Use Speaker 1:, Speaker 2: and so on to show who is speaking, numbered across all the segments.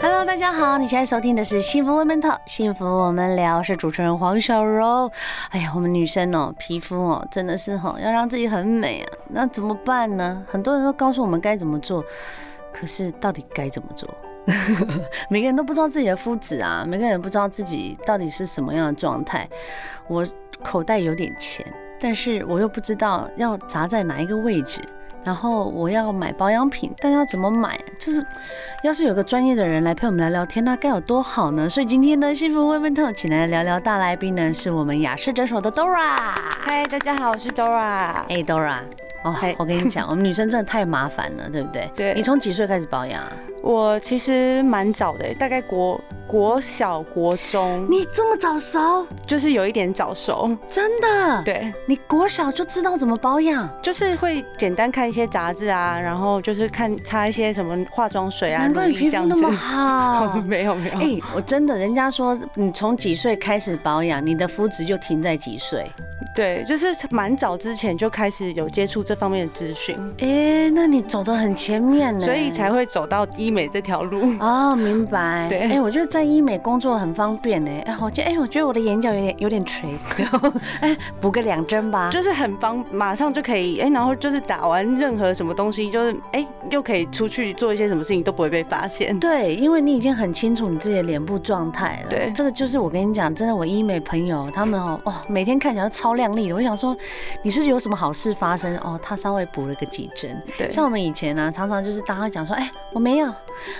Speaker 1: Hello，大家好，你现在收听的是《幸福 Women Talk》，幸福我们聊，我是主持人黄小柔。哎呀，我们女生哦、皮肤哦、真的是哦，要让自己很美啊，那怎么办呢？很多人都告诉我们该怎么做，可是到底该怎么做？ 每个人都不知道自己的肤质啊，每个人不知道自己到底是什么样的状态。我口袋有点钱，但是我又不知道要砸在哪一个位置，然后我要买保养品，但要怎么买？就是要是有个专业的人来陪我们聊聊天，那该有多好呢？所以今天呢，幸福微微痛，请来聊聊大来宾呢，是我们雅诗诊所的 Dora。
Speaker 2: 嗨，大家好，我是 Dora。
Speaker 1: 哎、d o r a 哦
Speaker 2: 嗨，
Speaker 1: 我跟你讲，我们女生真的太麻烦了，对不对？
Speaker 2: 对
Speaker 1: 你从几岁开始保养啊？
Speaker 2: 我其实蛮早的，大概国国小、国中，
Speaker 1: 你这么早熟，
Speaker 2: 就是有一点早熟。
Speaker 1: 真的？
Speaker 2: 对，
Speaker 1: 你国小就知道怎么保养，
Speaker 2: 就是会简单看一些杂志啊，然后就是看擦一些什么化妆水啊，
Speaker 1: 难怪你
Speaker 2: 乳
Speaker 1: 皮
Speaker 2: 液这
Speaker 1: 肤
Speaker 2: 样
Speaker 1: 那么
Speaker 2: 子。。
Speaker 1: 好
Speaker 2: 没有没有，
Speaker 1: 哎、我真的，人家说你从几岁开始保养，你的肤质就停在几岁。
Speaker 2: 对，就是蛮早之前就开始有接触这方面的资讯，
Speaker 1: 哎、那你走得很前面呢，
Speaker 2: 所以才会走到医美这条 路。
Speaker 1: 哦，明白。
Speaker 2: 对
Speaker 1: 哎、我觉得在医美工作很方便呢。哎、我觉得，哎、我觉得我的眼角有点有点垂， 然后哎，补个两针吧。
Speaker 2: 就是很方，马上就可以哎、然后就是打完任何什么东西，就是哎、又可以出去做一些什么事情都不会被发现。
Speaker 1: 对，因为你已经很清楚你自己的脸部状态了。
Speaker 2: 对
Speaker 1: 这个就是我跟你讲，真的，我医美朋友他们哦，哦，每天看起来都超靓丽的。我想说，你是有什么好事发生？哦，他稍微补了个几针。
Speaker 2: 对，
Speaker 1: 像我们以前呢、常常就是大家会讲说，哎、我没有，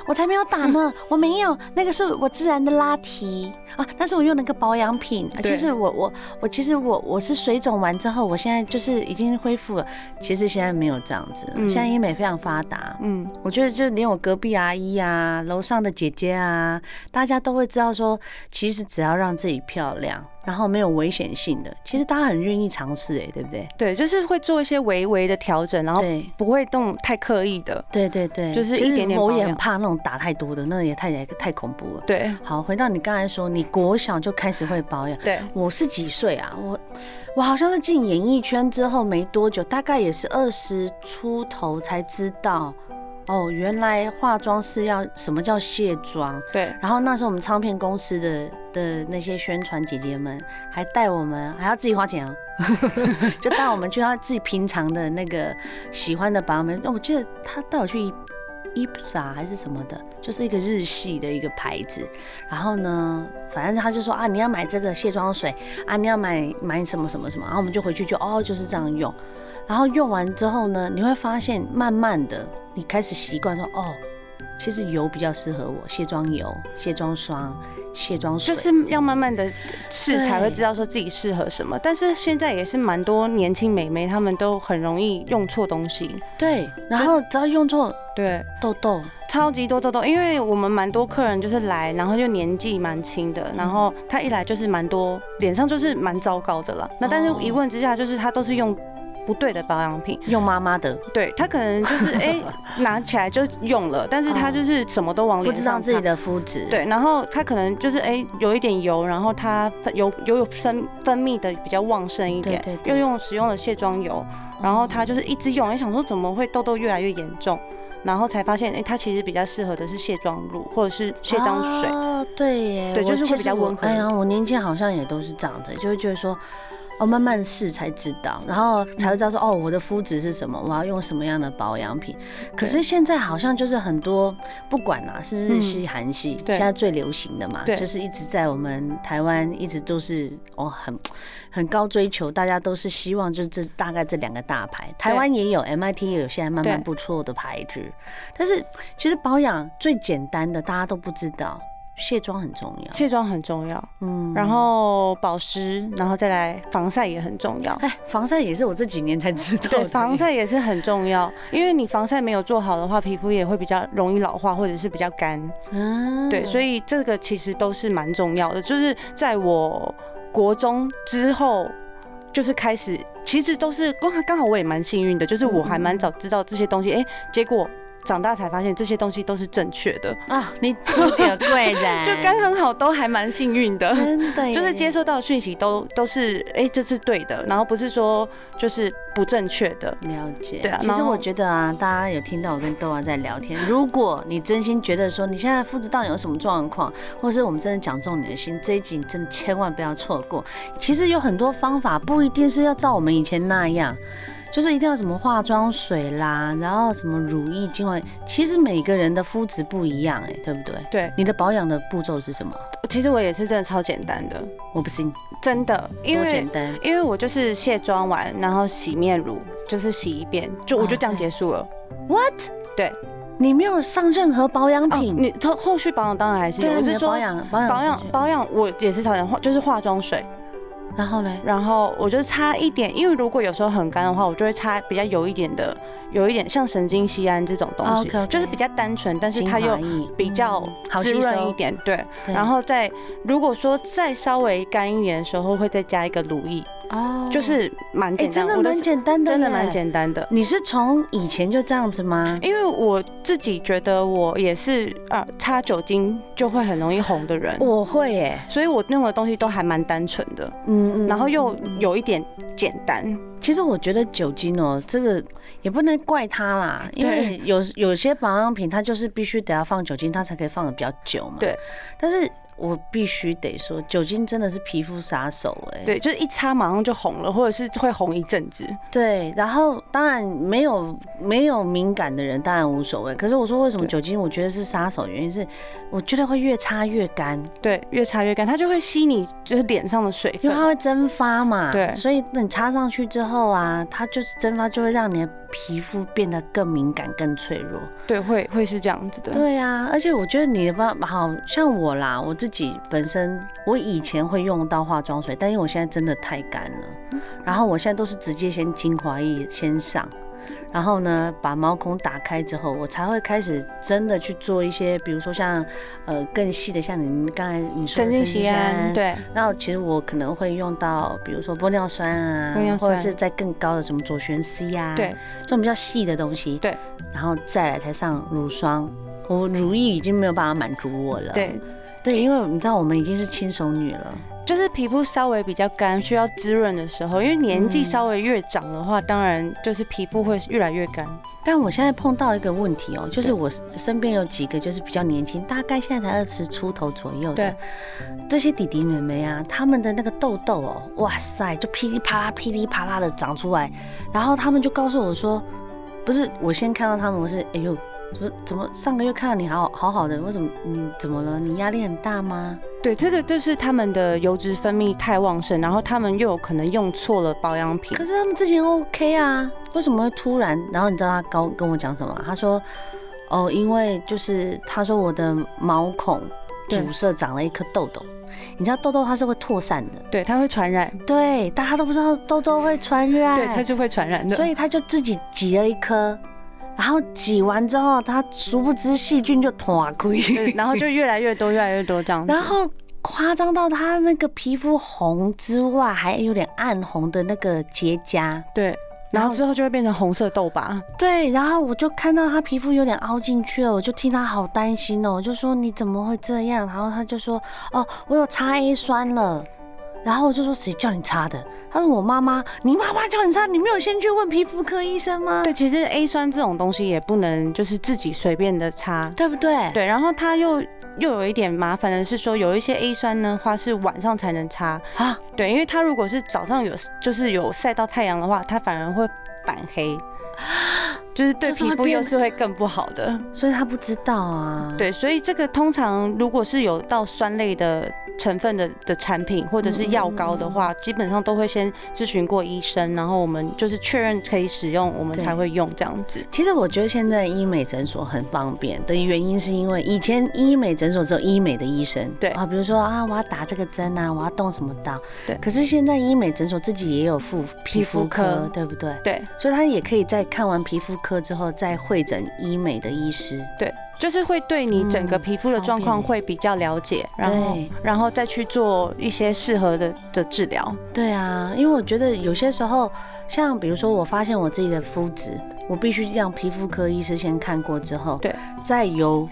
Speaker 1: 我才没有打 呢，我没有，那个是我自然的拉提啊，但是我用那个保养品，啊
Speaker 2: 对
Speaker 1: 其实我我我其实我我是水肿完之后，我现在就是已经恢复了，其实现在没有这样子了，
Speaker 2: 嗯
Speaker 1: 现在医美非常发达，
Speaker 2: 嗯，
Speaker 1: 我觉得就连我隔壁阿姨啊、楼上的姐姐啊，大家都会知道说，其实只要让自己漂亮，然后没有危险性的，其实大家很愿意尝试，哎，对不对？
Speaker 2: 对，就是会做一些微微的调整，然后
Speaker 1: 对。
Speaker 2: 不会动太刻意的。
Speaker 1: 对对对，
Speaker 2: 就是
Speaker 1: 其
Speaker 2: 一
Speaker 1: 实
Speaker 2: 点点
Speaker 1: 我
Speaker 2: 保
Speaker 1: 也
Speaker 2: 养
Speaker 1: 很怕那种打太多的，那也太太恐怖了。
Speaker 2: 对
Speaker 1: 好，回到你刚才说，你国小就开始会保养。
Speaker 2: 对，
Speaker 1: 我是几岁啊？我我好像是进演艺圈之后没多久，大概也是二十出头才知道，哦，原来化妆是要什么叫卸妆。
Speaker 2: 对
Speaker 1: 然后那时候我们唱片公司的的那些宣传姐姐们还带我们，还要自己花钱哦， 就带我们去她自己平常的那个喜欢的保养品。那我记得她带我去伊伊普萨还是什么的，就是一个日系的一个牌子。然后呢，反正她就说啊，你要买这个卸妆水啊，你要买买什么什么什么。然后我们就回去就哦就是这样用。然后用完之后呢，你会发现慢慢的你开始习惯说哦。其实油比较适合我，卸妆油、卸妆霜、卸妆水，
Speaker 2: 就是要慢慢的试才会
Speaker 1: 对
Speaker 2: 知道说自己适合什么。但是现在也是蛮多年轻美眉，她们都很容易用错东西。
Speaker 1: 对。然后只要用错
Speaker 2: 对，
Speaker 1: 痘痘，
Speaker 2: 超级多痘痘，因为我们蛮多客人就是来，然后就年纪蛮轻的，然后她一来就是蛮多脸上就是蛮糟糕的了。那但是
Speaker 1: 哦
Speaker 2: 一问之下，就是她都是用不对的保养品。
Speaker 1: 用妈妈的，
Speaker 2: 对他可能就是 哎、拿起来就用了，但是他就是什么都往
Speaker 1: 哦不
Speaker 2: 脸
Speaker 1: 知
Speaker 2: 上
Speaker 1: 道
Speaker 2: 擦
Speaker 1: 自己的肤质，，
Speaker 2: 对，然后他可能就是哎、有一点油，然后他油油有分分泌的比较旺盛一点，
Speaker 1: 对对哦对
Speaker 2: 又用使用了卸妆油，然后他就是一直用，哎想说怎么会痘痘越来越严重，然后才发现哎、他其实比较适合的是卸妆乳或者是卸妆水，
Speaker 1: 哦，对耶，
Speaker 2: 对
Speaker 1: 我
Speaker 2: 就是会
Speaker 1: 其
Speaker 2: 比
Speaker 1: 实
Speaker 2: 较
Speaker 1: 我
Speaker 2: 温和
Speaker 1: 哎呀，我年轻好像也都是这样子，就会觉得说。哦，慢慢试才知道，然后才会知道说，哦，我的肤质是什么，我要用什么样的保养品。可是现在好像就是很多，不管啦、是日系、韩系，
Speaker 2: 嗯对
Speaker 1: 现在最流行的嘛，
Speaker 2: 对
Speaker 1: 就是一直在我们台湾一直都是哦很很高追求，大家都是希望就是这大概这两个大牌，台湾也有 MIT 也有，现在慢慢
Speaker 2: 对
Speaker 1: 不错的牌子。但是其实保养最简单的，大家都不知道，卸妆很重要。
Speaker 2: 卸妆很重要，
Speaker 1: 嗯，
Speaker 2: 然后保湿，然后再来防晒也很重要。
Speaker 1: 哎，防晒也是我这几年才知道的。
Speaker 2: 对，防晒也是很重要，因为你防晒没有做好的话，皮肤也会比较容易老化，或者是比较干。
Speaker 1: 嗯，
Speaker 2: 对，所
Speaker 1: 以
Speaker 2: 以这个其实都是蛮重要的。就是在我国中之后，就是开始，其实都是刚好刚好我也蛮幸运的，就是我还蛮早知道这些东西，哎、结果长大才发现这些东西都是正确的，
Speaker 1: 啊，你有点贵人，
Speaker 2: 就刚刚好都还蛮幸运的。
Speaker 1: 哎真的耶
Speaker 2: 就是接收到的讯息都都是哎、这是对的，然后不是说就是不正确的，
Speaker 1: 了解，
Speaker 2: 对啊
Speaker 1: 其
Speaker 2: 然
Speaker 1: 实
Speaker 2: 后
Speaker 1: 我觉得啊，大家有听到我跟豆啊在聊天，如果你真心觉得说你现在父子档有什么状况，或是我们真的讲中你的心，这一集你真的千万不要错过。其实有很多方法，不一定是要照我们以前那样。就是一定要什么化妆水啦，然后什么乳液、精华，其实每个人的肤质不一样、哎，对不对？
Speaker 2: 对，
Speaker 1: 你的保养的步骤是什么？
Speaker 2: 其实我也是真的超简单的，
Speaker 1: 我不信，
Speaker 2: 真的，因
Speaker 1: 多
Speaker 2: 为
Speaker 1: 简单。
Speaker 2: 因为我就是卸妆完，然后洗面乳就是洗一遍，就
Speaker 1: 啊
Speaker 2: 我就这样结束了。
Speaker 1: What？
Speaker 2: 对，
Speaker 1: 你没有上任何保养
Speaker 2: 哦，
Speaker 1: 品，
Speaker 2: 你后后续保养当然还是
Speaker 1: 对
Speaker 2: 有，
Speaker 1: 啊，
Speaker 2: 我
Speaker 1: 你
Speaker 2: 是
Speaker 1: 的保
Speaker 2: 说
Speaker 1: 养保养
Speaker 2: 保
Speaker 1: 进
Speaker 2: 养
Speaker 1: 去
Speaker 2: 保养，我也是常常化，就是化妆水，
Speaker 1: 然后呢？
Speaker 2: 然后我就是擦一点，因为如果有时候很干的话，我就会擦比较油一点的，有一点像神经酰胺这种东西
Speaker 1: 哦 OK，OK
Speaker 2: 就是比较单纯，但是
Speaker 1: 精
Speaker 2: 它又
Speaker 1: 华液
Speaker 2: 比较
Speaker 1: 嗯好
Speaker 2: 滋
Speaker 1: 吸
Speaker 2: 润
Speaker 1: 收
Speaker 2: 一点，对。
Speaker 1: 对
Speaker 2: 然后再如果说再稍微干一点的时候，会再加一个乳液，
Speaker 1: 哦
Speaker 2: 就是蛮
Speaker 1: 哎、
Speaker 2: 简单，
Speaker 1: 真的
Speaker 2: 我
Speaker 1: 蛮
Speaker 2: 是
Speaker 1: 简单的，
Speaker 2: 真的蛮。简单的。
Speaker 1: 你是从以前就这样子吗？
Speaker 2: 因为我自己觉得我也是啊，擦酒精就会很容易红的人，
Speaker 1: 我会耶，
Speaker 2: 所以我用的东西都还蛮单纯的，
Speaker 1: 嗯
Speaker 2: 然后又有一点简单。
Speaker 1: 其实我觉得酒精哦、这个也不能怪它啦，因为有有些保养品它就是必须得要放酒精，它才可以放的比较久嘛。
Speaker 2: 对，
Speaker 1: 但是我必须得说，酒精真的是皮肤杀手哎、
Speaker 2: 对，就是一擦马上就红了，或者是会红一阵子。
Speaker 1: 对，然后当然没有没有敏感的人当然无所谓，可是我说为什么
Speaker 2: 对
Speaker 1: 酒精我觉得是杀手，原因是我觉得会越擦越干。
Speaker 2: 对，越擦越干，它就会吸你就是脸上的水
Speaker 1: 因为它
Speaker 2: 分。
Speaker 1: 会蒸发嘛，
Speaker 2: 对
Speaker 1: 所以你擦上去之后啊，它就是蒸发，就会让你的皮肤变得更敏感、更脆弱。
Speaker 2: 对，会会是这样子的。
Speaker 1: 对啊，而且我觉得你的爸好像我啦，我自己本身我以前会用到化妆水，但因为我现在真的太干了，
Speaker 2: 嗯
Speaker 1: 然后我现在都是直接先精华液先上。然后呢，把毛孔打开之后，我才会开始真的去做一些，比如说像，呃，更细的，像你刚才你说
Speaker 2: 神
Speaker 1: 的
Speaker 2: 经
Speaker 1: 神经
Speaker 2: 酰
Speaker 1: 酰
Speaker 2: 胺，对
Speaker 1: 那其实我可能会用到，比如说玻尿酸啊，
Speaker 2: 玻尿
Speaker 1: 或
Speaker 2: 酸
Speaker 1: 者是在更高的什么左旋 C 呀、啊，
Speaker 2: 对，
Speaker 1: 这种比较细的东西，
Speaker 2: 对，
Speaker 1: 然后再来才上乳霜。我乳液已经没有办法满足我了，
Speaker 2: 对，
Speaker 1: 对，因为你知道我们已经是亲手女了，
Speaker 2: 就是皮肤稍微比较干，需要滋润的时候，因为年
Speaker 1: 嗯
Speaker 2: 纪稍微越长的话，当然就是皮肤会越来越干。
Speaker 1: 但我现在碰到一个问题哦、就是我身边有几个就是比较年轻，大概现在才二十出头左右的
Speaker 2: 对
Speaker 1: 这些弟弟妹妹啊，他们的那个痘痘哦、哇塞，就噼里啪啦、噼里啪啦的长出来，然后他们就告诉我说，不是我先看到他们，我是哎呦，怎么怎么上个月看到你好好好的，为什么你怎么了？你压力很大吗？
Speaker 2: 对，这个就是他们的油脂分泌太旺盛，然后他们又有可能用错了保养品
Speaker 1: 可。是他们之前 OK 啊，为什么会突然？然后你知道他高跟我讲什么吗？他说，哦，因为就是他说我的毛孔
Speaker 2: 对
Speaker 1: 阻塞长了一颗痘痘，你知道痘痘它是会扩散的，
Speaker 2: 对，它会传染，
Speaker 1: 对，大家都不知道痘痘会啊传染，
Speaker 2: 对，它就会传染的。
Speaker 1: 哎所以他就自己挤了一颗，然后挤完之后，他殊不知细菌就团开，
Speaker 2: 对然后就越来越多，越来越多这样 子。
Speaker 1: 然后夸张到他那个皮肤红之外，还有点暗红的那个结痂。
Speaker 2: 对，然后之后就会变成红色痘疤。
Speaker 1: 对，然后我就看到他皮肤有点凹进去了，我就替他好担心哦，我就说你怎么会这样？然后他就说哦，我有擦 A 酸了。然后我就说谁叫你擦的？他说我妈妈，你妈妈叫你擦，你没有先去问皮肤科医生吗？
Speaker 2: 对，其实 A 酸这种东西也不能就是自己随便的擦。
Speaker 1: 对不对？
Speaker 2: 对，然后它又又有一点麻烦的是说，有一些 A 酸呢，它是晚上才能擦。
Speaker 1: 啊，
Speaker 2: 对，因为它如果是早上有就是有晒到太阳的话，它反而会反黑，就是对
Speaker 1: 就是
Speaker 2: 皮
Speaker 1: 会
Speaker 2: 肤
Speaker 1: 变
Speaker 2: 又是会更不好的。
Speaker 1: 所以他不知道啊。
Speaker 2: 对，所以这个通常如果是有到酸类的成分的的产品或者是药膏的
Speaker 1: 嗯
Speaker 2: 话，基本上都会先咨询过医生，然后我们就是确认可以使用，我们
Speaker 1: 对
Speaker 2: 才会用这样子。
Speaker 1: 其实我觉得现在医美诊所很方便的原因，是因为以前医美诊所只有医美的医生，
Speaker 2: 对
Speaker 1: 啊，比如说啊，我要打这个针啊，我要动什么刀，
Speaker 2: 对
Speaker 1: 可是现在医美诊所自己也有附皮肤
Speaker 2: 皮肤
Speaker 1: 科
Speaker 2: 科，
Speaker 1: 对不对？
Speaker 2: 对
Speaker 1: 所以他也可以在看完皮肤科之后再会诊医美的医师。
Speaker 2: 对，就是会对你整个
Speaker 1: 嗯
Speaker 2: 皮肤的状
Speaker 1: 方
Speaker 2: 况
Speaker 1: 便
Speaker 2: 会比较了解，然后
Speaker 1: 对
Speaker 2: 然后再去做一些适合的的治疗。
Speaker 1: 对啊，因为我觉得有些时候，像比如说我发现我自己的肤质，我必须让皮肤科医师先看过之后，
Speaker 2: 对，
Speaker 1: 再由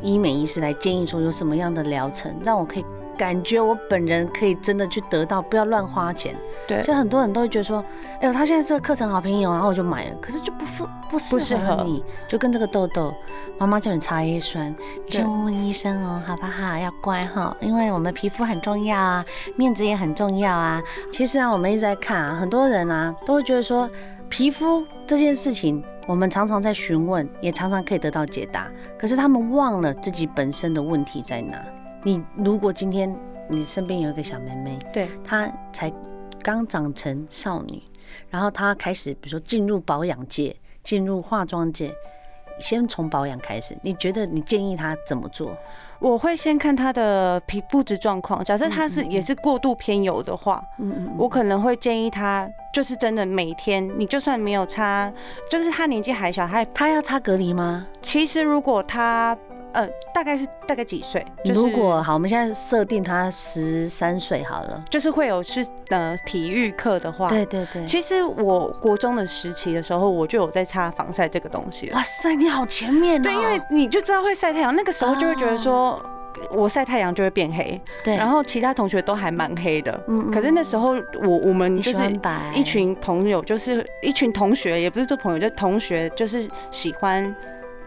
Speaker 1: 医美医师来建议说有什么样的疗程，让我可以感觉我本人可以真的去得到，不要乱花钱。
Speaker 2: 对
Speaker 1: 所以很多人都会觉得说，哎呦，他现在这个课程好便宜哦，然后我就买了，可是就不符不适
Speaker 2: 适
Speaker 1: 合
Speaker 2: 合
Speaker 1: 你，就跟这个痘痘，妈妈叫你擦 A 酸，你先
Speaker 2: 对
Speaker 1: 问问医生哦，好不好？要乖哈，因为我们皮肤很重要啊，面子也很重要啊。其实啊，我们一直在看啊，很多人啊都会觉得说，皮肤这件事情，我们常常在询问，也常常可以得到解答，可是他们忘了自己本身的问题在哪。你如果今天你身边有一个小妹妹，
Speaker 2: 对，
Speaker 1: 她才刚长成少女，然后她开始，比如说进入保养界，进入化妆界，先从保养开始，你觉得你建议她怎么做？
Speaker 2: 我会先看他的皮肤质状况，假设他是
Speaker 1: 嗯嗯
Speaker 2: 也是过度偏油的话，
Speaker 1: 嗯嗯
Speaker 2: 我可能会建议他就是真的每天，你就算没有擦，就是他年纪还小，他
Speaker 1: 她要擦隔离吗？
Speaker 2: 其实如果他呃大概是大概几岁，就是、
Speaker 1: 如果好，我们现在设定她十三岁好了。
Speaker 2: 就是会有是呃体育课的话，
Speaker 1: 对对对。
Speaker 2: 其实我国中的时期的时候，我就有在擦防晒这个东西了。
Speaker 1: 哇塞，你啊好前面哦！
Speaker 2: 对，因为你就知道会晒太阳，那个时候就会觉得说，我晒太阳就会变黑，
Speaker 1: 对，
Speaker 2: 然后其他同学都还蛮黑的。
Speaker 1: 嗯嗯
Speaker 2: 可是那时候我我们
Speaker 1: 你喜
Speaker 2: 就是
Speaker 1: 欢白
Speaker 2: 一群朋友，就是一群同学，也不是说朋友，就同学，就是喜欢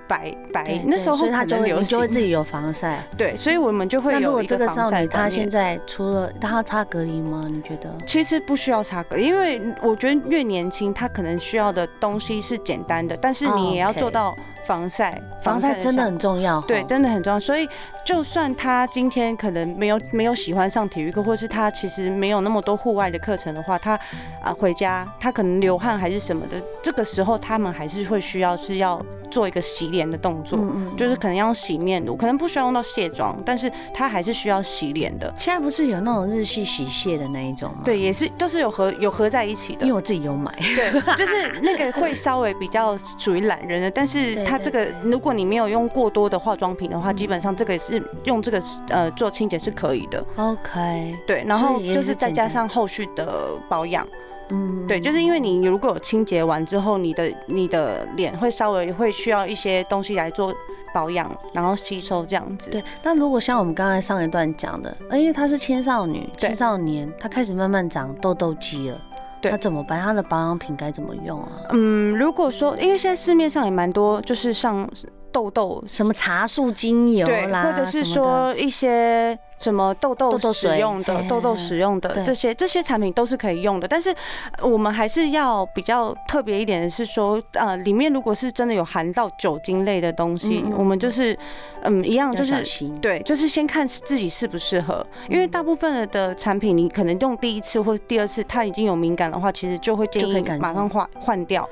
Speaker 2: 白
Speaker 1: 对
Speaker 2: 白。
Speaker 1: 对
Speaker 2: 那时候
Speaker 1: 所以她
Speaker 2: 可
Speaker 1: 就
Speaker 2: 能
Speaker 1: 会
Speaker 2: 流
Speaker 1: 你就会自
Speaker 2: 行，
Speaker 1: 己有防晒。
Speaker 2: 对，所以我们就会
Speaker 1: 那如
Speaker 2: 有
Speaker 1: 果
Speaker 2: 一
Speaker 1: 这
Speaker 2: 个
Speaker 1: 个
Speaker 2: 防
Speaker 1: 少
Speaker 2: 晒
Speaker 1: 女
Speaker 2: 观
Speaker 1: 她
Speaker 2: 念
Speaker 1: 现。在除了她要擦隔离吗？你觉得？
Speaker 2: 其实不需要擦隔，因为我觉得越年轻，她可能需要的东西是简单的，但是
Speaker 1: 哦
Speaker 2: 你也要
Speaker 1: OK
Speaker 2: 做到防晒。
Speaker 1: 防晒真的
Speaker 2: 效
Speaker 1: 很重要。
Speaker 2: 对，
Speaker 1: 吼
Speaker 2: 真的很重要。所以，就算他今天可能没有没有喜欢上体育课，或是他其实没有那么多户外的课程的话，他啊、回家他可能流汗还是什么的，这个时候他们还是会需要是要做一个洗脸的动作，
Speaker 1: 嗯嗯
Speaker 2: 就是可能要用洗面乳，可能不需要用到卸妆，但是他还是需要洗脸的。
Speaker 1: 现在不是有那种日系洗卸的那一种吗？
Speaker 2: 对，，也是都是有合有合在一起的
Speaker 1: 因为，我自己有买。
Speaker 2: 对，就是那个会稍微比较属于懒人的，但
Speaker 1: 对
Speaker 2: 是它这
Speaker 1: 对
Speaker 2: 个
Speaker 1: 对
Speaker 2: 如果你没有用过多的化妆品的话，基本上这个是用这个呃做清洁是可以的，
Speaker 1: OK，
Speaker 2: 对，然
Speaker 1: 所
Speaker 2: 后
Speaker 1: 以也
Speaker 2: 就是
Speaker 1: 是
Speaker 2: 再
Speaker 1: 简
Speaker 2: 加
Speaker 1: 单
Speaker 2: 上后续的保养，
Speaker 1: 嗯，
Speaker 2: 对，就是因为你如果有清洁完之后，你的你的脸会稍微会需要一些东西来做保养，然后吸收这样子，
Speaker 1: 对。那如果像我们刚才上一段讲的，呃因为她是青少女、
Speaker 2: 对
Speaker 1: 青少年，她开始慢慢长痘痘肌了，
Speaker 2: 对
Speaker 1: 那怎么办？她的保养品该怎么用啊？
Speaker 2: 嗯，如果说因为现在市面上也蛮多，就是像痘痘
Speaker 1: 什么茶树精油
Speaker 2: 对，
Speaker 1: 啦，
Speaker 2: 或者是
Speaker 1: 什么的
Speaker 2: 说一些什么痘
Speaker 1: 痘
Speaker 2: 痘
Speaker 1: 痘水
Speaker 2: 使用的
Speaker 1: 哎
Speaker 2: 痘痘使用
Speaker 1: 对
Speaker 2: 的这些这些产品都是可以用的，但是呃我们还是要比较特别一点的是说，呃，里面如果是真的有含到酒精类的东西
Speaker 1: 嗯嗯，
Speaker 2: 我们就是嗯一样
Speaker 1: 要
Speaker 2: 就是
Speaker 1: 小。心嗯
Speaker 2: 对，就是先看自己适不适合，因为大部分的产品你可能用第一次或第二次，它已经有敏感的话，其实就会建
Speaker 1: 就可以
Speaker 2: 议
Speaker 1: 改
Speaker 2: 马
Speaker 1: 善
Speaker 2: 上换换掉。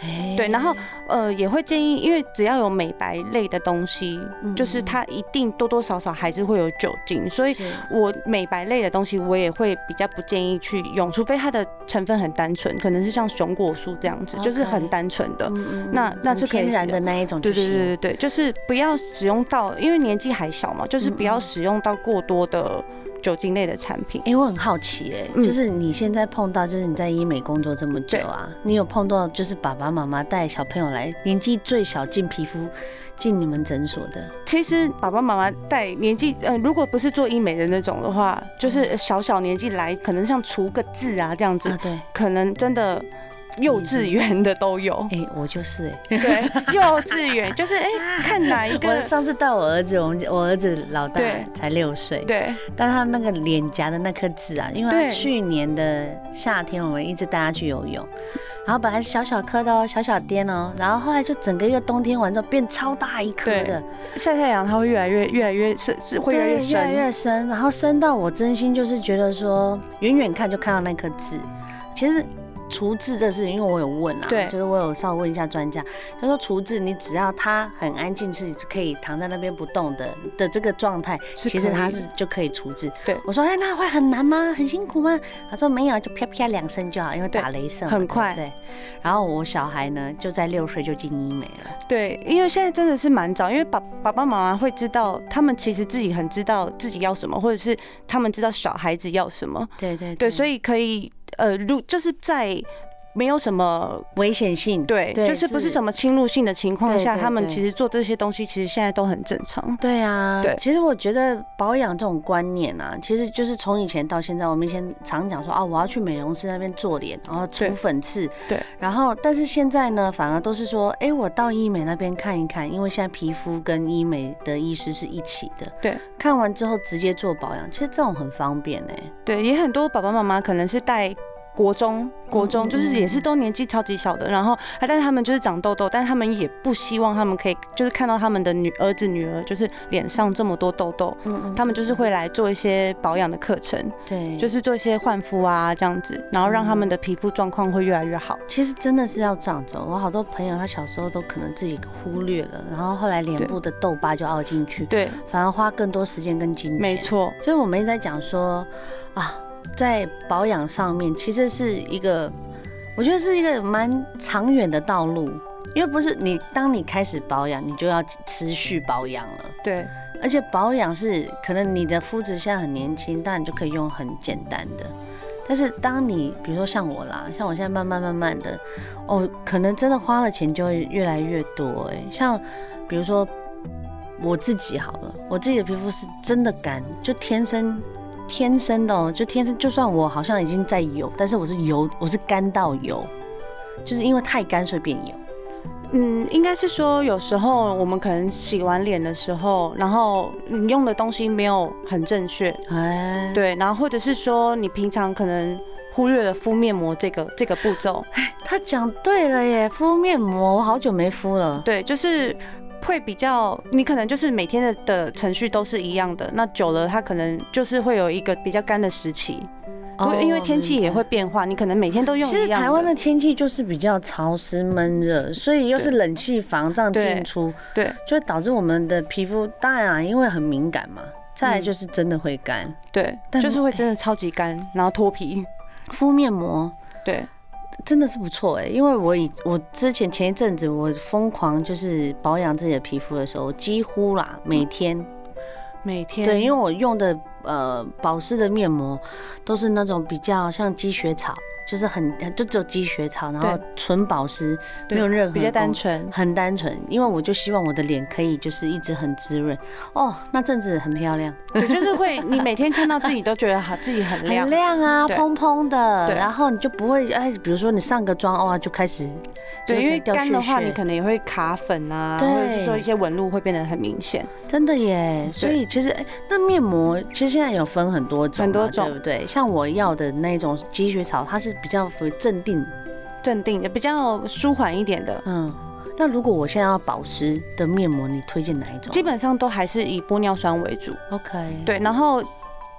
Speaker 1: 哎
Speaker 2: 对，然后呃也会建议，因为只要有美白类的东西，
Speaker 1: 嗯
Speaker 2: 就是它一定多多少少还是会有酒精，所以
Speaker 1: 是
Speaker 2: 我美白类的东西我也会比较不建议去用，除非它的成分很单纯，可能是像熊果蔬这样子，就是
Speaker 1: OK
Speaker 2: 很单纯的。
Speaker 1: 嗯嗯
Speaker 2: 呃那
Speaker 1: 嗯
Speaker 2: 那
Speaker 1: 很
Speaker 2: 是可以
Speaker 1: 天然
Speaker 2: 使
Speaker 1: 的那一种就
Speaker 2: 对对
Speaker 1: 行，
Speaker 2: 对对对，就是不要使用到，因为年纪还小嘛，就是
Speaker 1: 嗯
Speaker 2: 不要
Speaker 1: 嗯
Speaker 2: 使用到过多的酒精类的产品。
Speaker 1: 哎、我很好奇、哎、
Speaker 2: 嗯
Speaker 1: 就是你现在碰到，就是你在医美工作这么久啊，你有碰到就是爸爸妈妈带小朋友来，年纪最小进皮肤进你们诊所的，
Speaker 2: 其实爸爸妈妈带年纪，呃，如果不是做医美的那种的话，就是
Speaker 1: 嗯
Speaker 2: 小小年纪来，可能像除个痣啊这样子
Speaker 1: 啊，，对，，
Speaker 2: 可能真的幼稚园的都有
Speaker 1: 哎、我就是哎、
Speaker 2: 对，幼稚园就是哎、看哪一
Speaker 1: 我
Speaker 2: 个，
Speaker 1: 上次带我儿子，我们我儿子老大
Speaker 2: 对
Speaker 1: 才六岁，
Speaker 2: 对
Speaker 1: 但他那个脸颊的那颗痣啊，因为他
Speaker 2: 对
Speaker 1: 去年的夏天我们一直带他去游泳，然后本来是小小颗的哦，小小颠哦，然后后来就整个一个冬天完之后变超大一颗
Speaker 2: 对
Speaker 1: 的。
Speaker 2: 晒太阳它会越来越越来越是是会
Speaker 1: 对，
Speaker 2: 越来越
Speaker 1: 越来
Speaker 2: 深，
Speaker 1: 越深，然后深到我真心就是觉得说，远远看就看到那颗痣。其实除痣这事情，因为我有问啊，
Speaker 2: 对
Speaker 1: 就是我有稍微问一下专家，他说除痣你只要他很安静是可以躺在那边不动的的这个状态，
Speaker 2: 是
Speaker 1: 其实
Speaker 2: 可以
Speaker 1: 他是就可以除痣。
Speaker 2: 对
Speaker 1: 我说哎，那会很难吗？很辛苦吗？他说没有，就啪啪两声就好，因为打雷射嘛
Speaker 2: 很快
Speaker 1: 对不对。然后我小孩呢，就在六岁就进医美了。
Speaker 2: 对，因为现在真的是蛮早，因为爸爸爸妈妈会知道，他们其实自己很知道自己要什么，或者是他们知道小孩子要什么，
Speaker 1: 对对
Speaker 2: 对，所
Speaker 1: 以
Speaker 2: 以可以呃，如就是在没有什么
Speaker 1: 危险性
Speaker 2: 对，
Speaker 1: 对
Speaker 2: 就是不是
Speaker 1: 是
Speaker 2: 什么侵入性的情况
Speaker 1: 对
Speaker 2: 下，
Speaker 1: 对
Speaker 2: 他们
Speaker 1: 对
Speaker 2: 其实做这些东西，其实现在都很正常。
Speaker 1: 对啊，
Speaker 2: 对
Speaker 1: 其实我觉得保养这种观念啊，其实就是从以前到现在，我们以前常讲说啊，我要去美容师那边做脸，然后除
Speaker 2: 对
Speaker 1: 粉刺，
Speaker 2: 对，
Speaker 1: 然后但是现在呢，反而都是说，哎，我到医美那边看一看，因为现在皮肤跟医美的医师是一起的，
Speaker 2: 对，
Speaker 1: 看完之后直接做保养，其实这种很方便哎、
Speaker 2: 对，也很多爸爸妈妈可能是带。国中，国
Speaker 1: 嗯
Speaker 2: 中
Speaker 1: 嗯
Speaker 2: 就是也是都年纪超级小的，然后，啊但是他们就是长痘痘，但他们也不希望他们可以就是看到他们的女儿子女儿就是脸上这么多痘痘，
Speaker 1: 嗯嗯
Speaker 2: 他们就是会来做一些保养的课程，
Speaker 1: 对，
Speaker 2: 就是是做一些焕肤啊这样子，然后让他们的皮肤状况会越来越好。
Speaker 1: 其实真的是要这样子哦。我好多朋友他小时候都可能自己忽略了，然后后来脸
Speaker 2: 对
Speaker 1: 部的痘疤就凹进去，
Speaker 2: 对，
Speaker 1: 反而花更多时间跟金钱，
Speaker 2: 没错，
Speaker 1: 所以我们一直在讲说啊，在保养上面其实是一个，我觉得是一个蛮长远的道路，因为不是你当你开始保养，你就要持续保养了。
Speaker 2: 对
Speaker 1: 而且保养是可能你的肤质现在很年轻，但你就可以用很简单的。但是当你比如说像我啦，像我现在慢慢慢慢的，哦，可能真的花了钱就会越来越多哎、像比如说我自己好了，我自己的皮肤是真的干，就天生天生的哦、就天生就算我好像已经在油，但是我是油，我是干到油，就是因为太干所以变油。
Speaker 2: 嗯，应该是说有时候我们可能洗完脸的时候，然后你用的东西没有很正确，
Speaker 1: 哎，
Speaker 2: 对，然后或者是说你平常可能忽略了敷面膜这个这个步骤，
Speaker 1: 他讲对了耶，敷面膜我好久没敷了。
Speaker 2: 对，就是。会比较，你可能就是每天的的程序都是一样的，那久了它可能就是会有一个比较干的时期，
Speaker 1: 哦
Speaker 2: 因为天气也会。变化，你可能每天都用
Speaker 1: 其实
Speaker 2: 一样
Speaker 1: 台湾的
Speaker 2: 的
Speaker 1: 天气就是比较潮湿闷热，所以又是冷气房这样进出，
Speaker 2: 对
Speaker 1: 就会导致我们的皮肤当然、啊、因为很敏感嘛，再来就是真的会干。
Speaker 2: 对，
Speaker 1: 但哎
Speaker 2: 就是
Speaker 1: 我
Speaker 2: 会真的超级干，然后脱皮，
Speaker 1: 敷面膜
Speaker 2: 对
Speaker 1: 真的是不错哎、因为我以我之前前一阵子我疯狂就是保养自己的皮肤的时候，几乎啦每天
Speaker 2: 嗯每天
Speaker 1: 对，因为我用的呃保湿的面膜都是那种比较像积雪草，就是很就只有积雪草，然后
Speaker 2: 对
Speaker 1: 纯保湿，
Speaker 2: 对
Speaker 1: 没有任何
Speaker 2: 比较单
Speaker 1: 功
Speaker 2: 纯，
Speaker 1: 很单纯，因为我就希望我的脸可以就是一直很滋润哦，那阵子很漂亮，
Speaker 2: 对，就是会你每天看到自己都觉得好，自己很
Speaker 1: 很
Speaker 2: 亮，
Speaker 1: 亮啊，
Speaker 2: 对
Speaker 1: 蓬蓬的，
Speaker 2: 对
Speaker 1: 然后你就不会哎，比如说你上个妆哦就开始，
Speaker 2: 对，因为
Speaker 1: 掉
Speaker 2: 干的
Speaker 1: 屑
Speaker 2: 话
Speaker 1: 屑
Speaker 2: 你可能也会卡粉啊，
Speaker 1: 对
Speaker 2: 或者是说一些纹路会变得很明显，
Speaker 1: 真的耶，所以其实哎那面膜其实现在有分很多种嘛，
Speaker 2: 很多种
Speaker 1: 对不对？像我要的那种积雪草，它是比较属于镇定，
Speaker 2: 镇定的比较舒缓一点的，
Speaker 1: 嗯。那如果我现在要保湿的面膜，你推荐哪一种？
Speaker 2: 基本上都还是以玻尿酸为主，
Speaker 1: OK，，
Speaker 2: 对，然后。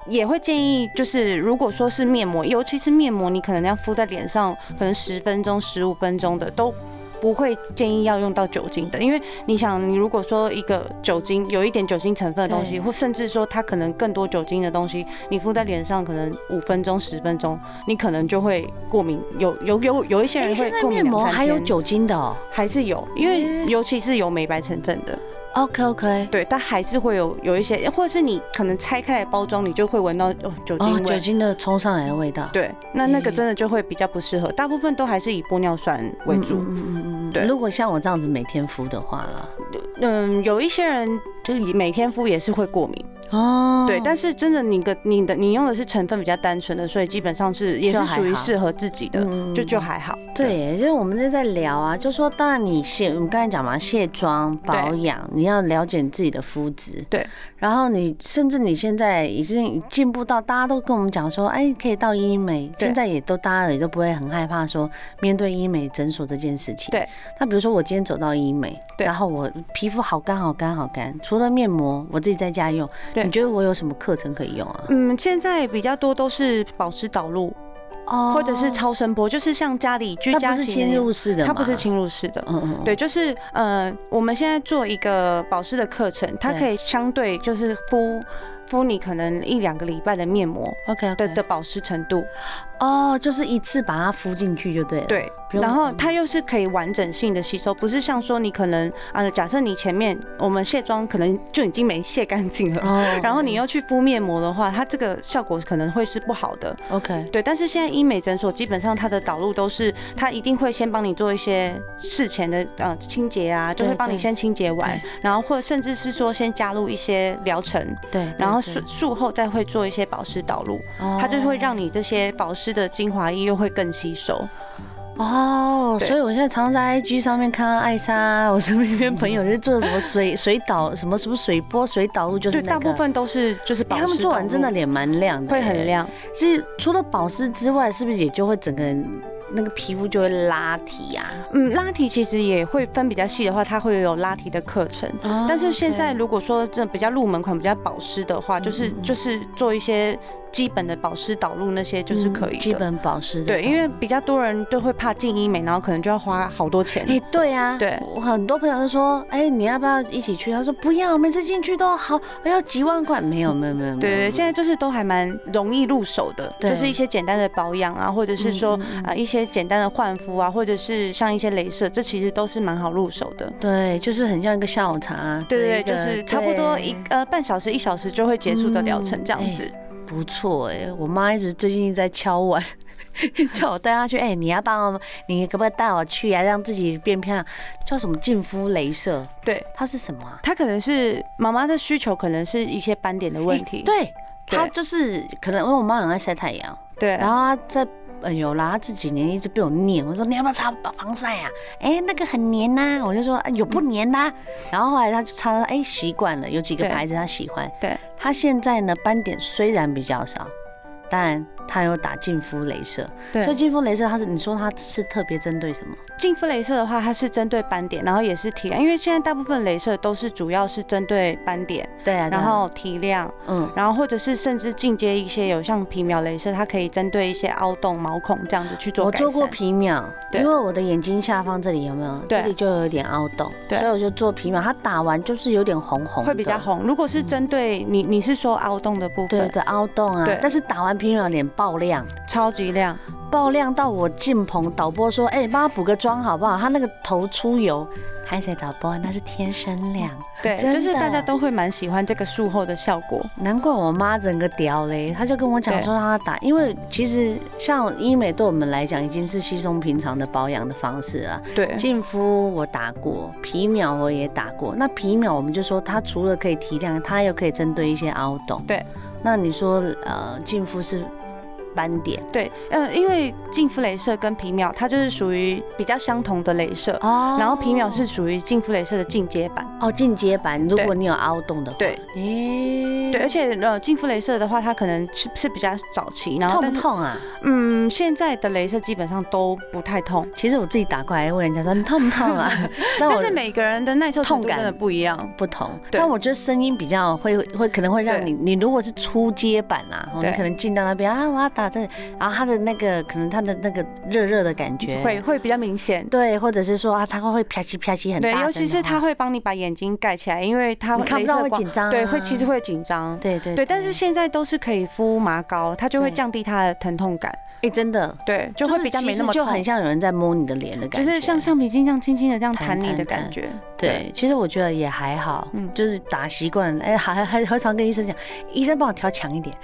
Speaker 2: 也会建议，就是如果说是面膜，尤其是面膜，你可能要敷在脸上，可能十分钟、十五分钟的都不会建议要用到酒精的，因为你想，你如果说一个酒精有一点酒精成分的东西，
Speaker 1: 对
Speaker 2: 或甚至说它可能更多酒精的东西，你敷在脸上可能五分钟、十分钟，你可能就会过敏。有有有有一些
Speaker 1: 哎，
Speaker 2: 人会
Speaker 1: 现在
Speaker 2: 过
Speaker 1: 面
Speaker 2: 敏两
Speaker 1: 膜
Speaker 2: 三
Speaker 1: 还有
Speaker 2: 天，
Speaker 1: 酒精的哦。
Speaker 2: 还是有，因为
Speaker 1: 哎
Speaker 2: 尤其是有美白成分的。
Speaker 1: OK OK，
Speaker 2: 对，但还是会有有一些，或者是你可能拆开来包装，你就会闻到哦酒精
Speaker 1: 哦，
Speaker 2: 味。
Speaker 1: 酒精的冲上来的味道。
Speaker 2: 对，那那个
Speaker 1: 嗯
Speaker 2: 真的就会比较不适合，大部分都还是以玻尿酸为
Speaker 1: 嗯
Speaker 2: 主。
Speaker 1: 嗯嗯嗯嗯
Speaker 2: 对
Speaker 1: 如果像我这样子每天敷的话啦，
Speaker 2: 嗯，有一些人就是以每天敷也是会过敏，
Speaker 1: 哦
Speaker 2: 对，但是真的你的你的你用的是成分比较单纯的，所以基本上是也
Speaker 1: 就是还
Speaker 2: 属于
Speaker 1: 好
Speaker 2: 适合自己的，
Speaker 1: 嗯
Speaker 2: 就就还好。
Speaker 1: 对，耶，就是我们在在聊啊，就说当然你卸，我们刚才讲嘛，卸妆保养，你要了解自己的肤质，
Speaker 2: 对，
Speaker 1: 然后你甚至你现在已经进步到大家都跟我们讲说，哎，可以到医美，
Speaker 2: 对
Speaker 1: 现在也都大家也都不会很害怕说面对医美诊所这件事情，
Speaker 2: 对。
Speaker 1: 那比如说我今天走到医美，
Speaker 2: 对
Speaker 1: 然后我皮肤好干好干好干，除了面膜我自己在家用，
Speaker 2: 对
Speaker 1: 你觉得我有什么课程可以用啊？
Speaker 2: 嗯，现在比较多都是保湿导入，
Speaker 1: 哦
Speaker 2: 或者是超声波，就是像家里居
Speaker 1: 它
Speaker 2: 家
Speaker 1: 不是
Speaker 2: 型
Speaker 1: 侵
Speaker 2: 的
Speaker 1: 入式的吗，
Speaker 2: 它不是侵入式的。
Speaker 1: 嗯，嗯嗯，
Speaker 2: 对，就是呃，我们现在做一个保湿的课程，它
Speaker 1: 对
Speaker 2: 可以相对就是敷敷你可能一两个礼拜的面膜
Speaker 1: ，OK
Speaker 2: 的
Speaker 1: OK，
Speaker 2: 的保湿程度，
Speaker 1: 哦，就是一次把它敷进去就对了，，
Speaker 2: 对，
Speaker 1: 不用嗯
Speaker 2: 然后它又是可以完整性的吸收，不是像说你可能啊，假设你前面我们卸妆可能就已经没卸干净了。
Speaker 1: 哦，
Speaker 2: 然后你又去敷面膜的话，它这个效果可能会是不好的，
Speaker 1: OK，
Speaker 2: 对。但是现在医美诊所基本上它的导入都是，它一定会先帮你做一些事前的呃清洁啊，就
Speaker 1: 对
Speaker 2: 会帮你
Speaker 1: 对
Speaker 2: 先清洁完，然后或甚至是说先加入一些疗程，
Speaker 1: 对，对
Speaker 2: 然后
Speaker 1: 对
Speaker 2: 术术后再会做一些保湿导入，
Speaker 1: 哦
Speaker 2: 它就会让你这些保湿的精华液又会更吸收。
Speaker 1: 哦，
Speaker 2: 对
Speaker 1: 所以我现在常常在 IG 上面看到艾莎，我身边一边朋友就是做什么 水水导什么什么水波水导入，就是
Speaker 2: 对，
Speaker 1: 那
Speaker 2: 大
Speaker 1: 个
Speaker 2: 部分都是就是
Speaker 1: 哎
Speaker 2: 保湿
Speaker 1: 他们做完真的
Speaker 2: 导入
Speaker 1: 脸蛮亮的，
Speaker 2: 会很。亮。
Speaker 1: 其实除了保湿之外，是不是也就会整个人那个皮肤就会拉提啊呀？
Speaker 2: 嗯，拉提其实也会分比较细的话，它会有拉提的课程。
Speaker 1: 哦
Speaker 2: 但是现在如果说这比较入门款、比较保湿的话，就是就是做一些基本的保湿导入那些就是可以
Speaker 1: 嗯基
Speaker 2: 的。
Speaker 1: 本保湿的
Speaker 2: 对，因为比较多人都会怕进医美，然后可能就要花好多钱。
Speaker 1: 哎、对啊，
Speaker 2: 对
Speaker 1: 我很多朋友都说，哎、你要不要一起去？他说不要，每次进去都好，要几万块，没有，没有，没有，没有
Speaker 2: 对对，现在就是都还蛮容易入手的，
Speaker 1: 对
Speaker 2: 就是一些简单的保养啊，或者是说
Speaker 1: 嗯嗯嗯
Speaker 2: 啊一些简单的焕肤啊，或者是像一些镭射，这其实都是蛮好入手的。
Speaker 1: 对，就是很像一个下午茶，
Speaker 2: 对
Speaker 1: 的
Speaker 2: 对对，就
Speaker 1: 一个
Speaker 2: 是差不多一
Speaker 1: 对
Speaker 2: 呃半小时一小时就会结束的疗程这样子。
Speaker 1: 不错哎、我妈一直最近一直在敲碗， 叫我带她去。哎、你要帮我，你可不可以带我去啊？让自己变漂亮，叫什么净肤镭射？
Speaker 2: 对，
Speaker 1: 它是什么啊、
Speaker 2: 它可能是妈妈的需求，可能是一些斑点的问题。
Speaker 1: 哎对，她
Speaker 2: 对
Speaker 1: 就是可能因为我妈很爱晒太阳，
Speaker 2: 对
Speaker 1: 然后她在。嗯，有啦，她这几年一直被我念，我说你要不要擦防晒啊？哎、那个很黏呐、我就说、啊、有不黏呐、然后后来她就擦，哎、习惯了，有几个
Speaker 2: 对
Speaker 1: 牌子她喜欢。
Speaker 2: 对，
Speaker 1: 她现在呢斑点虽然比较少，但她有打净肤镭射，
Speaker 2: 对
Speaker 1: 所以净肤镭射它是你说它是特别针对什么？
Speaker 2: 净肤镭射的话，它是针对斑点，然后也是提亮，因为现在大部分镭射都是主要是针对斑点，
Speaker 1: 对啊，
Speaker 2: 然后提亮，
Speaker 1: 嗯，
Speaker 2: 然后或者是甚至进阶一些有像皮秒镭射，它可以针对一些凹洞、毛孔这样子去做
Speaker 1: 我
Speaker 2: 改善。
Speaker 1: 做过皮秒，
Speaker 2: 对
Speaker 1: 因为我的眼睛下方这里有没有？
Speaker 2: 对
Speaker 1: 这里就有点凹洞，
Speaker 2: 对
Speaker 1: 所以我就做皮秒，它打完就是有点红红，
Speaker 2: 会比较。红。如果是针对你，你是说凹洞的部
Speaker 1: 对
Speaker 2: 分，
Speaker 1: 对，凹洞啊
Speaker 2: 对，
Speaker 1: 但是打完皮秒脸爆亮，
Speaker 2: 超级亮，
Speaker 1: 爆亮到我进棚导播说：“哎、你帮他补个妆好不好？”他那个头出油，拍谁导播？那是天生亮，
Speaker 2: 对，
Speaker 1: 真的
Speaker 2: 就是大家都会蛮喜欢这个术后的效果。
Speaker 1: 难怪我妈整个屌嘞，她就跟我讲
Speaker 2: 对
Speaker 1: 说让她打，因为其实像医美对我们来讲已经是稀松平常的保养的方式了。
Speaker 2: 对，
Speaker 1: 净肤我打过，皮秒我也打过。那皮秒我们就说它除了可以提亮，它又可以针对一些凹洞。
Speaker 2: 对，
Speaker 1: 那你说呃净肤是斑点
Speaker 2: 对，呃，因为净肤镭射跟皮秒它就是属于比较相同的镭射，
Speaker 1: 哦
Speaker 2: 然后皮秒是属于净肤镭射的进阶版。
Speaker 1: 哦进阶版，如果
Speaker 2: 对
Speaker 1: 你有凹洞的话，
Speaker 2: 对
Speaker 1: 诶，
Speaker 2: 对，而且呃，净肤镭射的话，它可能是是比较早期，然后
Speaker 1: 痛
Speaker 2: 但
Speaker 1: 不
Speaker 2: 是
Speaker 1: 痛啊？
Speaker 2: 嗯，现在的镭射基本上都不太痛，
Speaker 1: 其实我自己打过来问人家说你痛不痛 啊？但
Speaker 2: 但
Speaker 1: 我
Speaker 2: 是每个人的耐受程
Speaker 1: 痛
Speaker 2: 度
Speaker 1: 感
Speaker 2: 真的不一样。
Speaker 1: 不同，
Speaker 2: 对
Speaker 1: 但我觉得声音比较会会可能会让
Speaker 2: 对
Speaker 1: 你，你如果是初阶版啊，哦你
Speaker 2: 对
Speaker 1: 可能进到那边啊，我要打的，然后它的那个可能它的那个热热的感觉
Speaker 2: 会会比较明显，
Speaker 1: 对，或者是说啊，它会会啪叽啪叽很大
Speaker 2: 对，
Speaker 1: 声的话，
Speaker 2: 尤其是它会帮你把眼睛盖起来，因为它
Speaker 1: 你看
Speaker 2: 镭
Speaker 1: 不到
Speaker 2: 射
Speaker 1: 会
Speaker 2: 光，
Speaker 1: 紧张啊，
Speaker 2: 对，会其实会紧张，
Speaker 1: 对对
Speaker 2: 对，但是现在都是可以敷麻膏，它就会
Speaker 1: 对
Speaker 2: 降低它的疼痛感，
Speaker 1: 哎真的
Speaker 2: 对，就会
Speaker 1: 是
Speaker 2: 比较
Speaker 1: 其
Speaker 2: 没
Speaker 1: 实
Speaker 2: 那么
Speaker 1: 就
Speaker 2: 痛。
Speaker 1: 很像有人在摸你的脸的感
Speaker 2: 就
Speaker 1: 觉，
Speaker 2: 是像橡皮筋这样轻轻的这样
Speaker 1: 弹
Speaker 2: 弹你
Speaker 1: 弹
Speaker 2: 的感
Speaker 1: 弹
Speaker 2: 觉。
Speaker 1: 对，其实我觉得也还好，嗯
Speaker 2: 嗯，
Speaker 1: 就是打习惯了，哎，还还还还常跟医生讲，医生帮我调强一点，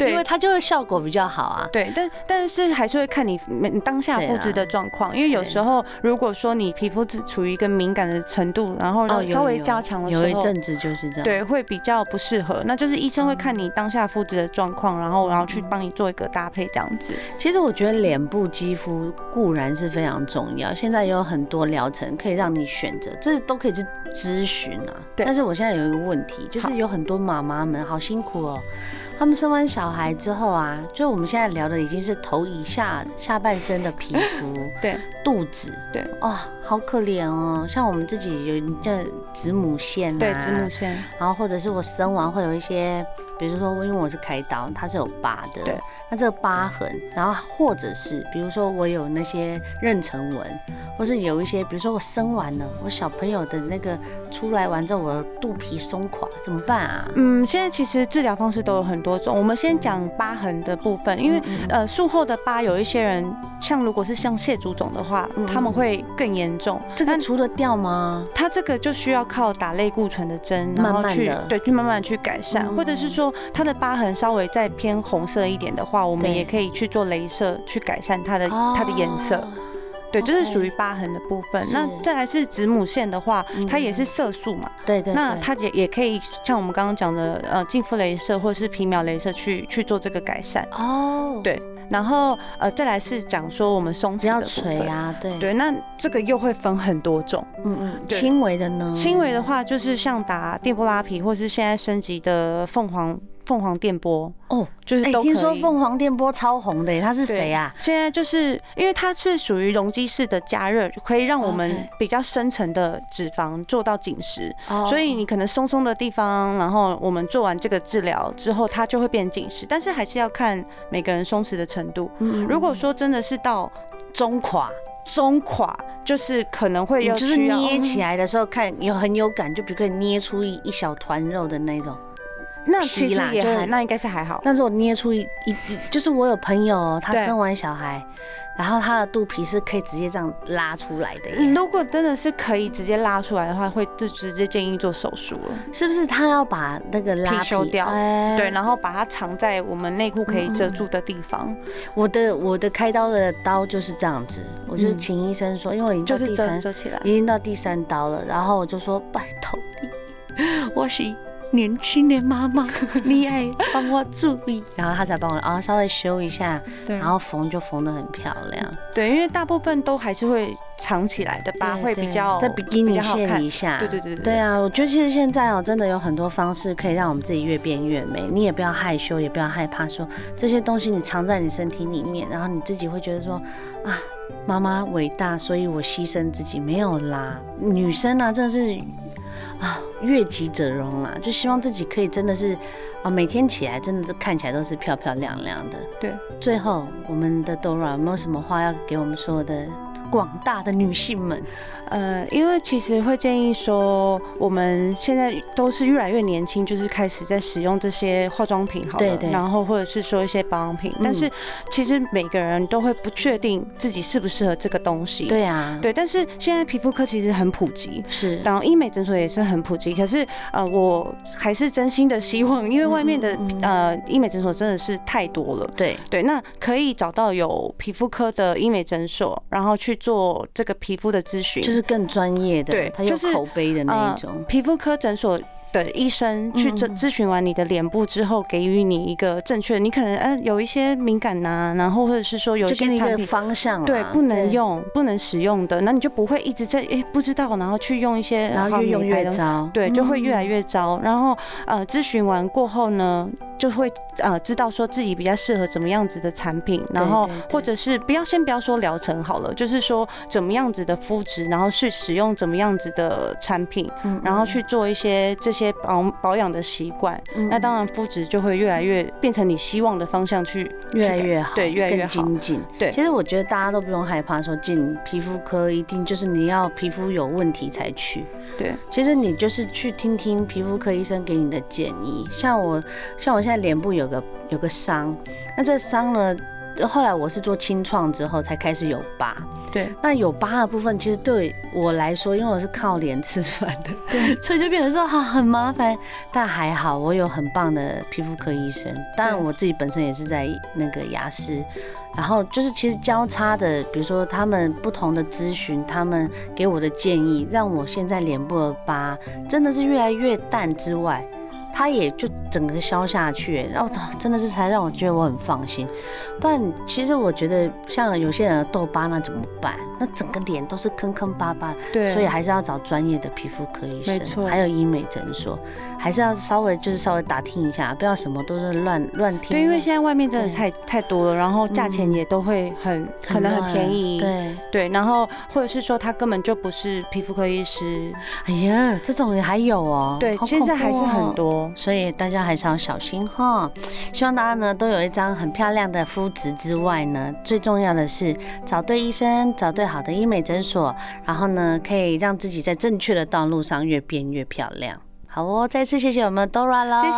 Speaker 1: 因为
Speaker 2: 对
Speaker 1: 它就会效果比较好啊，
Speaker 2: 对，但但是还是会看你你当下
Speaker 1: 对
Speaker 2: 肤质
Speaker 1: 啦
Speaker 2: 的状况，因为有
Speaker 1: 对
Speaker 2: 时候如果说你皮肤是处于一个敏感的程度，然后让
Speaker 1: 哦有
Speaker 2: 稍微
Speaker 1: 有
Speaker 2: 加强的
Speaker 1: 有
Speaker 2: 时
Speaker 1: 一
Speaker 2: 候，
Speaker 1: 阵子啊嗯就是这样，
Speaker 2: 对，会比较不适合。那就是医生会看你当下肤质的状况，然后然后
Speaker 1: 嗯
Speaker 2: 去帮你做一个搭配这样子。
Speaker 1: 其实我觉得脸部肌肤固然是非常重要，现在也有很多疗程可以让你选择，这都可以是咨询啊。
Speaker 2: 对
Speaker 1: 但是我现在有一个问题，就是
Speaker 2: 好
Speaker 1: 有很多妈妈们好辛苦哦，他们生完小孩之后啊，就我们现在聊的已经是头以下下半身的皮肤，
Speaker 2: 对，
Speaker 1: 肚子，
Speaker 2: 对，
Speaker 1: 哇、好可怜哦。像我们自己有这子母线、啊，
Speaker 2: 对，子母线，
Speaker 1: 然后或者是我生完会有一些，比如说因为我是开刀，它是有疤的，
Speaker 2: 对，
Speaker 1: 那这个疤痕，然后或者是比如说我有那些妊娠纹，或是有一些，比如说我生完了，我小朋友的那个出来完之后，我的肚皮松垮，怎么办啊？
Speaker 2: 嗯，现在其实治疗方式都有很多种。我们先讲疤痕的部分，因为
Speaker 1: 嗯
Speaker 2: 呃，术后的疤有一些人，像如果是像蟹足肿的话
Speaker 1: 嗯，
Speaker 2: 他们会更严重。
Speaker 1: 这个除得掉吗？
Speaker 2: 它这个就需要靠打类固醇的针，然
Speaker 1: 慢
Speaker 2: 后
Speaker 1: 慢
Speaker 2: 去
Speaker 1: 地
Speaker 2: 对去慢慢地去改善，
Speaker 1: 嗯
Speaker 2: 或者是说它的疤痕稍微再偏红色一点的话，我们
Speaker 1: 对
Speaker 2: 也可以去做镭射去改善它的呃它的颜
Speaker 1: 哦
Speaker 2: 色。对，这是
Speaker 1: OK
Speaker 2: 属于疤痕的部分。那
Speaker 1: 是
Speaker 2: 再来是子母线的话
Speaker 1: 嗯，
Speaker 2: 它也是色素嘛，
Speaker 1: 对对，
Speaker 2: 那
Speaker 1: 对
Speaker 2: 它也也可以像我们刚刚讲的，呃，净肤镭射或是皮秒镭射去去做这个改善。
Speaker 1: 哦，
Speaker 2: 对然后呃，再来是讲说我们松
Speaker 1: 只
Speaker 2: 弛
Speaker 1: 要
Speaker 2: 的部
Speaker 1: 垂
Speaker 2: 分。
Speaker 1: 啊，对，
Speaker 2: 对，那这个又会分很多种。
Speaker 1: 嗯嗯，
Speaker 2: 对
Speaker 1: 轻微的呢，
Speaker 2: 轻微的话，就是像打电波拉皮，或是现在升级的凤凰凤凰电波，
Speaker 1: 哦，
Speaker 2: 就是
Speaker 1: 哎，
Speaker 2: 都可以。
Speaker 1: 听说凤凰电波超红的耶，他是谁啊？
Speaker 2: 现在就是因为它是属于容积式的加热，可以让我们
Speaker 1: OK
Speaker 2: 比较深层的脂肪做到紧实。
Speaker 1: 哦
Speaker 2: 所以你可能松松的地方，然后我们做完这个治疗之后，它就会变紧实，但是还是要看每个人松弛的程度。
Speaker 1: 嗯嗯
Speaker 2: 如果说真的是到
Speaker 1: 中垮，
Speaker 2: 中垮，就是可能会
Speaker 1: 你
Speaker 2: 要
Speaker 1: 就是
Speaker 2: 需要
Speaker 1: 捏起来的时候看有很有感，就比如可以捏出一一小团肉的那种。
Speaker 2: 哦嗯那其
Speaker 1: 皮
Speaker 2: 实
Speaker 1: 啦
Speaker 2: 也
Speaker 1: 就
Speaker 2: 还那应该是还好。
Speaker 1: 那如果捏出一一一，就是我有朋友哦，他
Speaker 2: 对
Speaker 1: 生完小孩，然后他的肚皮是可以直接这样拉出来的耶，
Speaker 2: 如果真的是可以直接拉出来的话，会就直接建议做手术了。
Speaker 1: 是不是？他要把那个拉
Speaker 2: 皮修掉
Speaker 1: 哎
Speaker 2: 对，然后把它藏在我们内裤可以遮住的地方，
Speaker 1: 我的我的开刀的刀就是这样子，我就
Speaker 2: 嗯
Speaker 1: 请医生说，因为我已经
Speaker 2: 就
Speaker 1: 到
Speaker 2: 是
Speaker 1: 第
Speaker 2: 遮
Speaker 1: 三，
Speaker 2: 遮起来。
Speaker 1: 已经到第三刀了，然后我就说拜托你，我是年轻的妈妈，你爱帮我注意，然后他才帮我啊、稍微修一下，
Speaker 2: 对
Speaker 1: 然后缝就缝得很漂亮，
Speaker 2: 对，因为大部分都还是会藏起来的吧，
Speaker 1: 对
Speaker 2: 会
Speaker 1: 对
Speaker 2: 比较
Speaker 1: 在比基尼
Speaker 2: 比较好
Speaker 1: 线
Speaker 2: 看
Speaker 1: 一下，
Speaker 2: 对对对对
Speaker 1: 对啊，我觉得其实现在哦、真的有很多方式可以让我们自己越变越美。你也不要害羞，也不要害怕说这些东西你藏在你身体里面，然后你自己会觉得说啊，妈妈伟大，所以我牺牲自己没有啦。女生啊，真的是啊，悦己者容啦，就希望自己可以真的是啊，每天起来真的是看起来都是漂漂亮亮的。
Speaker 2: 对，
Speaker 1: 最后我们的 Dora 有没有什么话要给我们所有的广大的女性们？
Speaker 2: 呃，因为其实会建议说，我们现在都是越来越年轻，就是开始在使用这些化妆品好了，
Speaker 1: 对对
Speaker 2: 然后或者是说一些保养品，
Speaker 1: 嗯
Speaker 2: 但是其实每个人都会不确定自己适不适合这个东西。
Speaker 1: 对啊，
Speaker 2: 对，但是现在皮肤科其实很普及。
Speaker 1: 是。
Speaker 2: 然后医美诊所也是很普及，可是呃，我还是真心的希望，因为外面的
Speaker 1: 嗯嗯嗯
Speaker 2: 呃医美诊所真的是太多了，
Speaker 1: 对，
Speaker 2: 对，那可以找到有皮肤科的医美诊所，然后去做这个皮肤的咨询，
Speaker 1: 就是更专业的，
Speaker 2: 对
Speaker 1: 它有
Speaker 2: 就是呃
Speaker 1: 口碑的那一种。
Speaker 2: 皮肤科诊所的医生去咨
Speaker 1: 嗯
Speaker 2: 咨询完你的脸部之后，给予你一个正确，你可能呃有一些敏感呐、然后或者是说有一
Speaker 1: 就给你
Speaker 2: 些
Speaker 1: 一
Speaker 2: 产
Speaker 1: 个
Speaker 2: 品。
Speaker 1: 方向啦，啊
Speaker 2: 对，不能，用、不能使用的，那你就不会一直在诶、不知道，然后去用一些
Speaker 1: 然后
Speaker 2: 好
Speaker 1: 越
Speaker 2: 美
Speaker 1: 用
Speaker 2: 白
Speaker 1: 越
Speaker 2: 的
Speaker 1: 糟，
Speaker 2: 对，就会越来
Speaker 1: 嗯
Speaker 2: 越糟。然后呃，咨询完过后呢，就会呃知道说自己比较适合怎么样子的产品，然后
Speaker 1: 对对
Speaker 2: 或者是不要先不要说疗程好了，就是说怎么样子的肤质，然后去使用怎么样子的产品，
Speaker 1: 嗯
Speaker 2: 然后去做一些这些保保养的习惯。
Speaker 1: 嗯
Speaker 2: 那当然肤质就会越来越变成你希望的方向去，
Speaker 1: 越来越好，
Speaker 2: 对越来越
Speaker 1: 更精进。
Speaker 2: 对
Speaker 1: 其实我觉得大家都不用害怕说进皮肤科，一定就是你要皮肤有问题才去。
Speaker 2: 对，
Speaker 1: 其实你就是去听听皮肤科医生给你的建议。像我，像我现在脸部有个有个伤，那这伤呢，后来我是做清创之后才开始有疤。
Speaker 2: 对，
Speaker 1: 那有疤的部分，其实对我来说，因为我是靠脸吃饭的，
Speaker 2: 对，
Speaker 1: 所以就变成说哈、很麻烦。但还好，我有很棒的皮肤科医生。当然，
Speaker 2: 对
Speaker 1: 我自己本身也是在那个牙师，然后就是其实交叉的，比如说他们不同的咨询，他们给我的建议，让我现在脸部的疤真的是越来越淡之外。它也就整个消下去，然后真的是才让我觉得我很放心。不然，其实我觉得像有些人的痘疤那怎么办？那整个脸都是坑坑巴巴，
Speaker 2: 对，
Speaker 1: 所以还是要找专业的皮肤科医
Speaker 2: 没错
Speaker 1: 生，还有医美诊所，还是要稍微就是稍微打听一下，不要什么都是乱乱听。
Speaker 2: 对，因为现在外面真的
Speaker 1: 对
Speaker 2: 太太多了，然后价钱
Speaker 1: 嗯
Speaker 2: 也都会很可能很
Speaker 1: 乱
Speaker 2: 便宜，
Speaker 1: 对，
Speaker 2: 对，然后或者是说他根本就不是皮肤科医师，
Speaker 1: 哎呀，这种也还有哦，
Speaker 2: 对，
Speaker 1: 好
Speaker 2: 现在
Speaker 1: 恐怖
Speaker 2: 还是很
Speaker 1: 哦。
Speaker 2: 多，
Speaker 1: 所以大家还是要小心哈。希望大家呢都有一张很漂亮的肤质之外呢，最重要的是找对医生，找对好的医美诊所，然后呢可以让自己在正确的道路上越变越漂亮。好哦，再次谢谢我们 Dora 喽，
Speaker 2: 谢。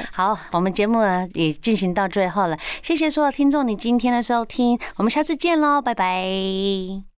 Speaker 2: 谢，
Speaker 1: 好，我们节目呢也进行到最后了，谢谢所有听众你今天的收听，我们下次见喽，拜拜。